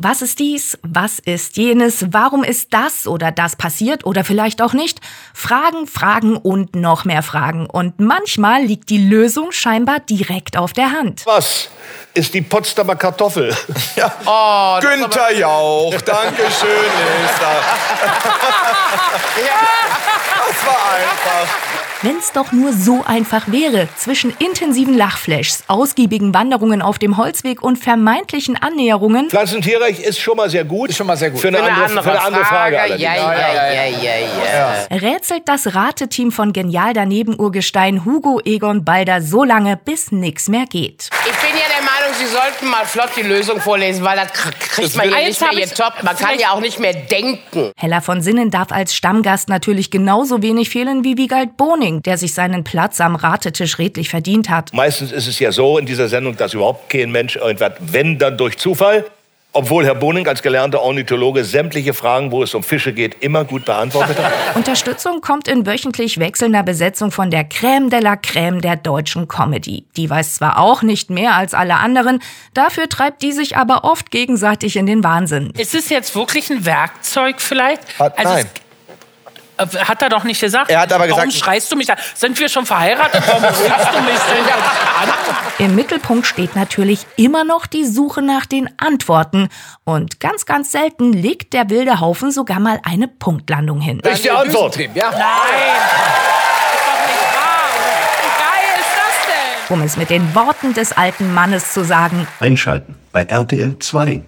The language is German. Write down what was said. Was ist dies? Was ist jenes? Warum ist das oder das passiert oder vielleicht auch nicht? Fragen, Fragen und noch mehr Fragen. Und manchmal liegt die Lösung scheinbar direkt auf der Hand. Was ist die Potsdamer Kartoffel? Oh, Günther Jauch, danke schön, Esther. ja, das war einfach. Wenn's doch nur so einfach wäre, zwischen intensiven Lachflashs, ausgiebigen Wanderungen auf dem Holzweg und vermeintlichen Annäherungen Pflanzentierreich ist schon mal sehr gut. Ist schon mal sehr gut. Für eine, andere, für eine andere Frage. allerdings. ja, ja, ja, ja, ja. rätselt das Rateteam von Genial daneben Urgestein Hugo Egon Balder so lange, bis nix mehr geht. Ich bin ja der Meinung, Sie sollten mal flott die Lösung vorlesen, weil das kr- kriegt man ja nicht mehr getoppt. Man kann ja auch nicht mehr denken. Hella von Sinnen darf als Stammgast natürlich genauso wenig fehlen wie Wiegald Boning, der sich seinen Platz am Ratetisch redlich verdient hat. Meistens ist es ja so in dieser Sendung, dass überhaupt kein Mensch irgendwas, wenn dann durch Zufall, obwohl Herr Boning als gelernter Ornithologe sämtliche Fragen, wo es um Fische geht, immer gut beantwortet hat. Unterstützung kommt in wöchentlich wechselnder Besetzung von der Crème de la Crème der deutschen Comedy. Die weiß zwar auch nicht mehr als alle anderen, dafür treibt die sich aber oft gegenseitig in den Wahnsinn. Ist es jetzt wirklich ein Werkzeug vielleicht? Hat- Also es- nein. äh, hat er doch nicht gesagt. Er hat aber Warum gesagt- schreist du mich an? Sind wir schon verheiratet? Warum rufst du mich denn an? Im Mittelpunkt steht natürlich immer noch die Suche nach den Antworten. Und ganz, ganz selten legt der wilde Haufen sogar mal eine Punktlandung hin. Richtige Antwort. Nein! Ist doch nicht wahr. Wie geil ist das denn? Um es mit den Worten des alten Mannes zu sagen, Einschalten bei RTL 2.